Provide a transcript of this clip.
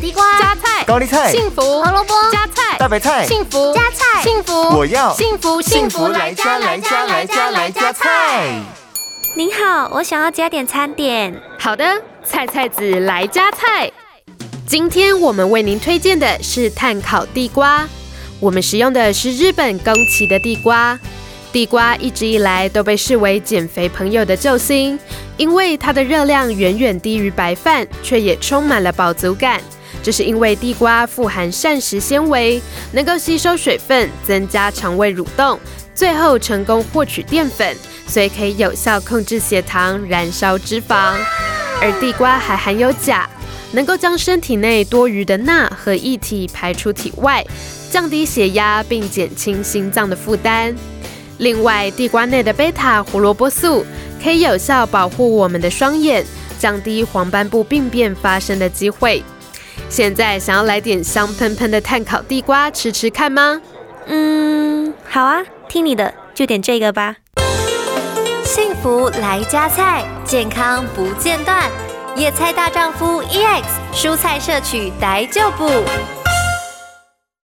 地瓜、加菜、高丽菜、幸福、胡萝卜、加菜、大白菜、幸福、加菜幸福，我要幸福幸福来家来家来家来家菜。您好，我想要加点餐点。好的，菜菜子来加菜。今天我们为您推荐的是碳烤地瓜，我们使用的是日本宫崎的地瓜。地瓜一直以来都被视为减肥朋友的救星，因为它的热量远远低于白饭，却也充满了饱足感。这是因为地瓜富含膳食纤维，能够吸收水分，增加肠胃蠕动，最后成功获取淀粉，所以可以有效控制血糖、燃烧脂肪。而地瓜还含有钾，能够将身体内多余的钠和液体排出体外，降低血压并减轻心脏的负担。另外，地瓜内的贝塔胡萝卜素可以有效保护我们的双眼，降低黄斑部病变发生的机会。现在想要来点香喷喷的碳烤地瓜吃吃看吗？嗯，好啊，听你的，就点这个吧。幸福来加菜，健康 E 不间断。野菜大丈夫 EX 蔬菜摄取来就补。